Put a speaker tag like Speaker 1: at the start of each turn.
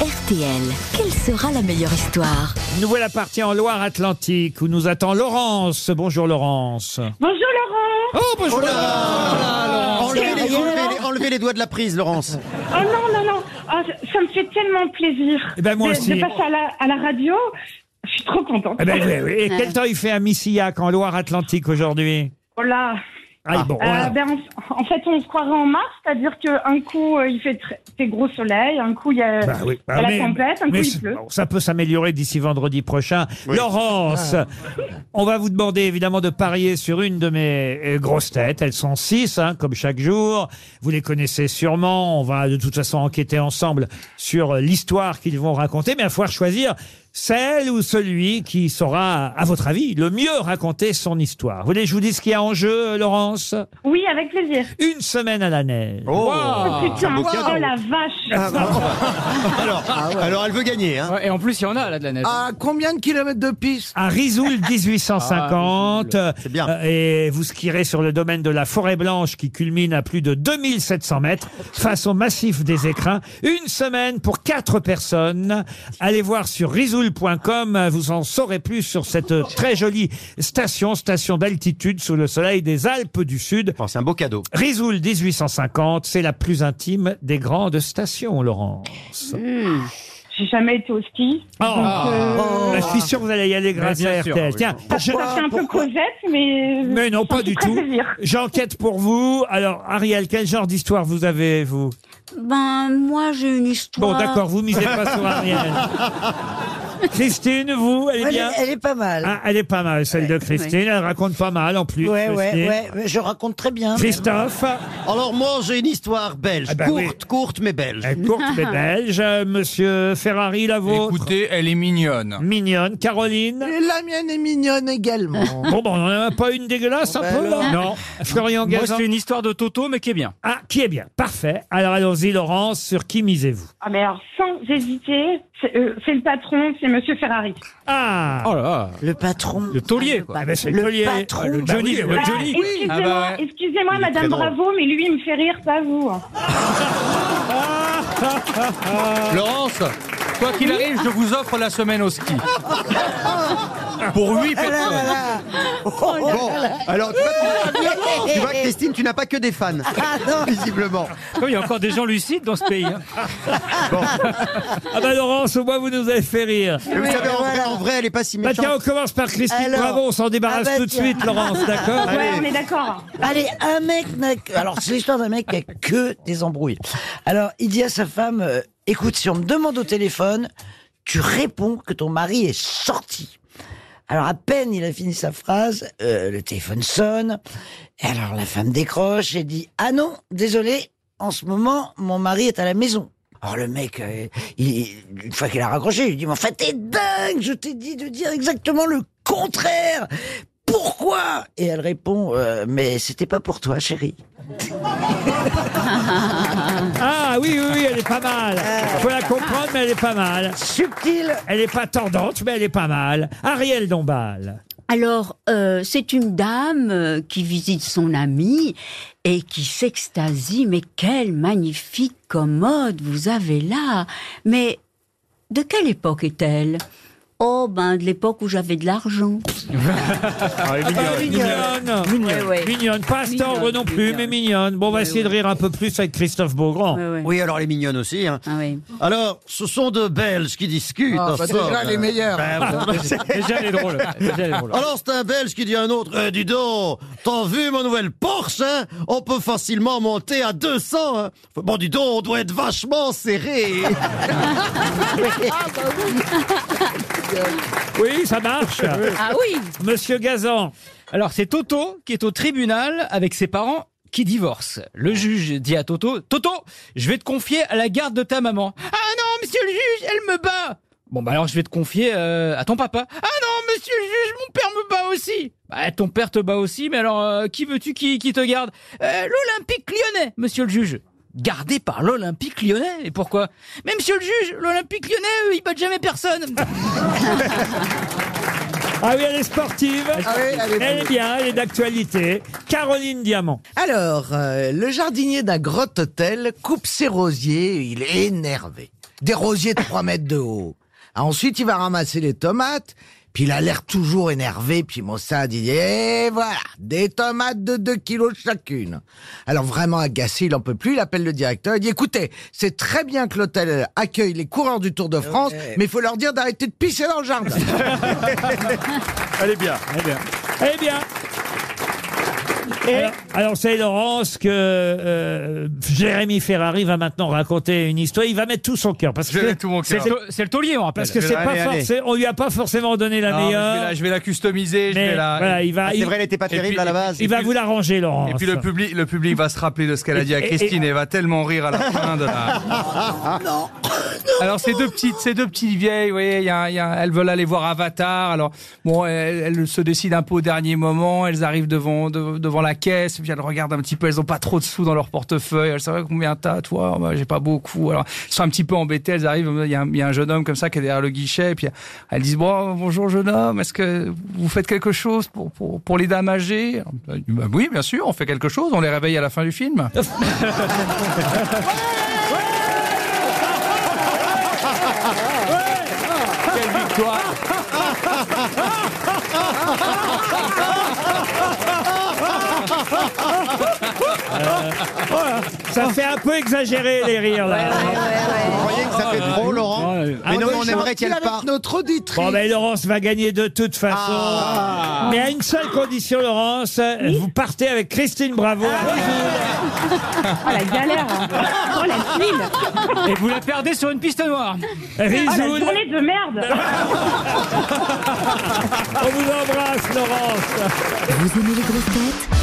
Speaker 1: RTL, quelle sera la meilleure histoire
Speaker 2: Nous voilà partis en Loire-Atlantique où nous attend Laurence. Bonjour Laurence.
Speaker 3: Bonjour Laurent
Speaker 2: Oh bonjour Laurence.
Speaker 4: Enlevez
Speaker 3: Ah, C'est
Speaker 4: les,
Speaker 3: Laurent.
Speaker 4: enlevez les- enlevez les doigts de la prise, Laurence.
Speaker 3: Oh non, non, non Oh, je- Ça me fait tellement plaisir
Speaker 2: Eh ben, moi
Speaker 3: de,
Speaker 2: aussi.
Speaker 3: de passer à la, à la radio. Je suis trop contente.
Speaker 2: Eh ben, oui, oui. Et quel temps il fait à Missillac en Loire-Atlantique aujourd'hui
Speaker 3: Oh là.
Speaker 2: Ah, bon,
Speaker 3: Euh,
Speaker 2: voilà.
Speaker 3: ben, en, en fait, on se croirait en mars, c'est-à-dire qu'un coup, euh, il fait très, fait gros soleil, un coup, il y a,
Speaker 2: Bah oui.
Speaker 3: il y a
Speaker 2: Ah,
Speaker 3: la
Speaker 2: mais-
Speaker 3: tempête, un coup,
Speaker 2: mais
Speaker 3: il
Speaker 2: c'est-
Speaker 3: pleut.
Speaker 2: bon, ça peut s'améliorer d'ici vendredi prochain. Laurence, on va vous demander évidemment de parier sur une de mes euh, grosses têtes. Elles sont six, hein, comme chaque jour. Vous les connaissez sûrement. On va de toute façon enquêter ensemble sur euh, l'histoire qu'ils vont raconter. Mais il va falloir choisir celle ou celui qui saura, à votre avis, le mieux raconter son histoire. Vous voulez que je vous dise ce qu'il y a en jeu, euh, Laurence
Speaker 3: Oui, avec plaisir.
Speaker 2: Une semaine à la neige. Ah,
Speaker 3: Oh, putain, oh la vache
Speaker 4: Alors, alors, elle veut gagner. Hein.
Speaker 5: Ouais, et en plus, il y en a là de la neige.
Speaker 6: À combien de kilomètres de piste
Speaker 2: à Risoul 1850.
Speaker 4: Ah, C'est bien.
Speaker 2: Euh, Et vous skierez sur le domaine de la Forêt Blanche qui culmine à plus de 2700 mètres face au massif des Écrins. Une semaine pour quatre personnes. Allez voir sur risoul.com. Vous en saurez plus sur cette très jolie station, station d'altitude sous le soleil des Alpes du Sud.
Speaker 4: Bon, c'est un beau cadeau.
Speaker 2: Risoul 1850, c'est la plus intime des grandes stations, Laurence.
Speaker 3: J'ai jamais été au ski.
Speaker 2: Oh, Bah, je suis sûr que vous allez y aller grâce
Speaker 5: euh, bien
Speaker 2: à
Speaker 5: sûr,
Speaker 2: RTL.
Speaker 5: oui.
Speaker 2: Tiens, je-
Speaker 3: Ça fait un peu Cosette, mais...
Speaker 2: Ah, Mais non,
Speaker 3: ça me
Speaker 2: pas
Speaker 3: fait
Speaker 2: du
Speaker 3: très
Speaker 2: tout.
Speaker 3: plaisir.
Speaker 2: J'enquête pour vous. Alors, Ariel, quel genre d'histoire vous avez, vous
Speaker 1: Ben, moi, j'ai une histoire.
Speaker 2: Bon, d'accord, vous misez pas sur Ariel. Christine, vous, elle est
Speaker 6: elle est,
Speaker 2: bien
Speaker 6: elle est pas mal.
Speaker 2: Ah, Elle est pas mal, celle de Christine. Elle raconte pas mal, en plus.
Speaker 6: ouais,
Speaker 2: Christine.
Speaker 6: ouais, ouais, ouais, Je raconte très bien.
Speaker 2: Christophe,
Speaker 4: Alors, moi, j'ai une histoire belge.
Speaker 2: Ah bah
Speaker 4: courte,
Speaker 2: oui.
Speaker 4: courte, mais belge.
Speaker 2: elle est courte mais belge. Monsieur Ferrari, la vôtre.
Speaker 7: Écoutez, elle est mignonne.
Speaker 2: Mignonne. Caroline.
Speaker 6: Et la mienne est mignonne également.
Speaker 2: Bon, bon, on n'en a pas une dégueulasse, un
Speaker 6: Bah
Speaker 2: peu, là
Speaker 6: alors.
Speaker 2: Non. Florian
Speaker 5: Moi,
Speaker 2: Gazan.
Speaker 5: c'est une histoire de Toto, mais qui est bien.
Speaker 2: Ah, qui est bien. Parfait. Alors, allons-y, Laurence. Sur qui misez-vous
Speaker 3: Ah, mais alors, sans hésiter, c'est euh, c'est le patron, c'est Monsieur Ferrari.
Speaker 2: Ah
Speaker 5: Oh là là.
Speaker 6: Le patron.
Speaker 5: Le taulier, quoi.
Speaker 2: Ah, ben, c'est
Speaker 6: Oh, Le
Speaker 2: collier.
Speaker 6: patron.
Speaker 2: Ah, le
Speaker 5: Bah
Speaker 2: Johnny,
Speaker 5: oui,
Speaker 2: le
Speaker 5: bah,
Speaker 2: Johnny.
Speaker 5: Johnny.
Speaker 3: Excusez-moi,
Speaker 5: Ah bah ouais.
Speaker 3: excusez-moi,
Speaker 4: Il est
Speaker 3: Madame
Speaker 4: très drôle.
Speaker 3: Bravo, mais lui, il me fait rire, pas vous. hein.
Speaker 7: Laurence, quoi qu'il arrive, je vous offre la semaine au ski. Pour 8 personnes.
Speaker 6: Ah,
Speaker 4: Bon, alors, tu vois, tu vois- tu vois, Christine, tu n'as pas que des fans. Visiblement.
Speaker 5: Comme il y a encore des gens lucides dans ce pays. hein.
Speaker 2: Ah bah Laurence, au moins vous nous avez fait rire.
Speaker 4: Et vous
Speaker 6: Oui,
Speaker 4: savez, en vrai,
Speaker 6: voilà.
Speaker 4: en vrai, elle est pas si
Speaker 2: Bah
Speaker 4: méchante.
Speaker 2: tiens, on commence par Christine
Speaker 6: Alors.
Speaker 2: Bravo, on s'en débarrasse
Speaker 6: Ah bah
Speaker 2: tout de
Speaker 6: tiens.
Speaker 2: suite, Laurence, d'accord
Speaker 3: Ouais,
Speaker 4: Allez.
Speaker 3: on est d'accord.
Speaker 6: Allez, un mec n'a que... Alors, c'est l'histoire d'un mec qui a que des embrouilles. Alors, il dit à sa femme, euh, écoute, si on me demande au téléphone, tu réponds que ton mari est sorti. Alors, à peine il a fini sa phrase, euh, le téléphone sonne. Et alors, la femme décroche et dit, ah non, désolé, en ce moment, mon mari est à la maison. Alors le mec, euh, il- une fois qu'il a raccroché, il dit, mais enfin t'es dingue, je t'ai dit de dire exactement le contraire. Pourquoi Et elle répond, euh, mais c'était pas pour toi, chérie.
Speaker 2: Ah oui, oui, oui, elle est pas mal. Faut la comprendre, mais elle est pas mal.
Speaker 6: Subtil.
Speaker 2: Elle est pas tendante, mais elle est pas mal. Ariel Dombal.
Speaker 8: Alors, euh, c'est une dame euh, qui visite son amie et qui s'extasie. Mais quelle magnifique commode vous avez là Mais de quelle époque est-elle Oh, ben, de l'époque où j'avais de l'argent.
Speaker 2: Ah, mignonne.
Speaker 8: Ouais, ouais.
Speaker 2: Mignonne, pas à se
Speaker 8: Mignonne,
Speaker 2: tendre non plus,
Speaker 8: mignonne.
Speaker 2: mais mignonne. Bon, on va
Speaker 8: Ouais,
Speaker 2: essayer de
Speaker 8: ouais.
Speaker 2: rire un peu plus avec Christophe Beaugrand.
Speaker 8: Ouais, ouais.
Speaker 4: Oui, alors, elle est mignonne aussi. hein.
Speaker 8: Ah, ouais.
Speaker 4: Alors, ce sont deux Belges qui discutent.
Speaker 6: Ah, bah,
Speaker 4: ensemble.
Speaker 6: déjà, les meilleurs.
Speaker 4: Ben, bon, c'est-
Speaker 5: Déjà, elle est drôle. Déjà, elle est drôle.
Speaker 4: Alors Ah c'est un Belge qui dit à un autre, eh, dis donc, t'as vu ma nouvelle Porsche hein On peut facilement monter à 200. hein. Bon, dis donc, on doit être vachement serré.
Speaker 2: Oui, ça marche.
Speaker 8: Ah oui
Speaker 2: Monsieur Gazan.
Speaker 5: Alors, c'est Toto qui est au tribunal avec ses parents qui divorcent. Le juge dit à Toto Toto, je vais te confier à la garde de ta maman. Ah non, monsieur le juge, elle me bat Bon, bah alors je vais te confier euh, à ton papa. Ah non, monsieur le juge, mon père me bat aussi Bah, ton père te bat aussi, mais alors euh, qui veux-tu qui, qui te garde Euh, L'Olympique lyonnais, monsieur le juge Gardé par l'Olympique lyonnais Et pourquoi Mais monsieur le juge, l'Olympique lyonnais, eux, ils battent jamais personne
Speaker 2: Ah oui, elle est sportive. Elle est bien, elle est d'actualité. Caroline Diamant.
Speaker 9: Alors, euh, le jardinier d'un grotte hôtel coupe ses rosiers, il est énervé. des rosiers de 3 mètres de haut. Ah, ensuite, il va ramasser les tomates, puis il a l'air toujours énervé, puis Mossad, il dit, et voilà, des tomates de 2 kilos chacune. Alors vraiment agacé, il en peut plus, il appelle le directeur, il dit, écoutez, c'est très bien que l'hôtel accueille les coureurs du Tour de France, mais il faut leur dire d'arrêter de pisser dans le jardin.
Speaker 4: Elle est bien.
Speaker 2: Eh bien. Eh bien. Alors, alors, c'est Laurence que euh, Jérémy Ferrari va maintenant raconter une histoire. Il va mettre tout son cœur parce
Speaker 7: Je
Speaker 2: que
Speaker 7: mets tout mon
Speaker 2: c'est-
Speaker 7: cœur.
Speaker 5: C'est le- C'est le taulier, on rappelle.
Speaker 2: parce que
Speaker 7: Je
Speaker 2: c'est
Speaker 7: vais-
Speaker 2: pas
Speaker 7: allez, allez.
Speaker 2: forcé- on lui a pas forcément donné la
Speaker 7: Non, je vais
Speaker 2: meilleure.
Speaker 7: la- je vais la customiser, je
Speaker 2: mais
Speaker 7: vais la. Ah,
Speaker 2: voilà, il va, il,
Speaker 4: Ah, C'est vrai, elle était pas
Speaker 7: puis-
Speaker 4: terrible à la base.
Speaker 2: il va
Speaker 7: puis-
Speaker 2: vous l'arranger, Laurence.
Speaker 7: Et puis le public, le public va se rappeler de ce qu'elle a dit à
Speaker 2: Et- et-
Speaker 7: Christine et, va tellement rire à la fin de la. Alors ces deux petites, ces deux petites vieilles, vous voyez, il y a un- il y a un- elles veulent aller voir Avatar. Alors bon, elles, elles se décident un peu au dernier moment. Elles arrivent devant de- devant la caisse, puis elles regardent un petit peu. Elles ont pas trop de sous dans leur portefeuille. Elles savent combien t'as, toi Bah, J'ai pas beaucoup. Alors elles sont un petit peu embêtées. Elles arrivent. Il y, a un- il y a un jeune homme comme ça qui est derrière le guichet. Et puis elles disent bon bonjour jeune homme, est-ce que vous faites quelque chose pour pour, pour les dames âgées Alors, bah, Oui, bien sûr, on fait quelque chose. On les réveille à la fin du film. Quelle victoire
Speaker 2: Oh, Ça fait un peu exagéré les rires là.
Speaker 4: Vous croyez que ça fait trop, Laurent Mais non, mais on aimerait qu'elle parte.
Speaker 9: Notre auditrice.
Speaker 2: Bon ben Laurence va gagner de toute façon. Mais à une seule condition, Laurence, vous partez avec Christine Bravo
Speaker 3: Oh la galère Oh la tuile
Speaker 5: Et vous la perdez sur une piste noire.
Speaker 2: à
Speaker 3: Oh la
Speaker 2: Rizoul.
Speaker 3: journée de merde
Speaker 2: On vous embrasse, Laurence.
Speaker 1: Vous aimez les grosses têtes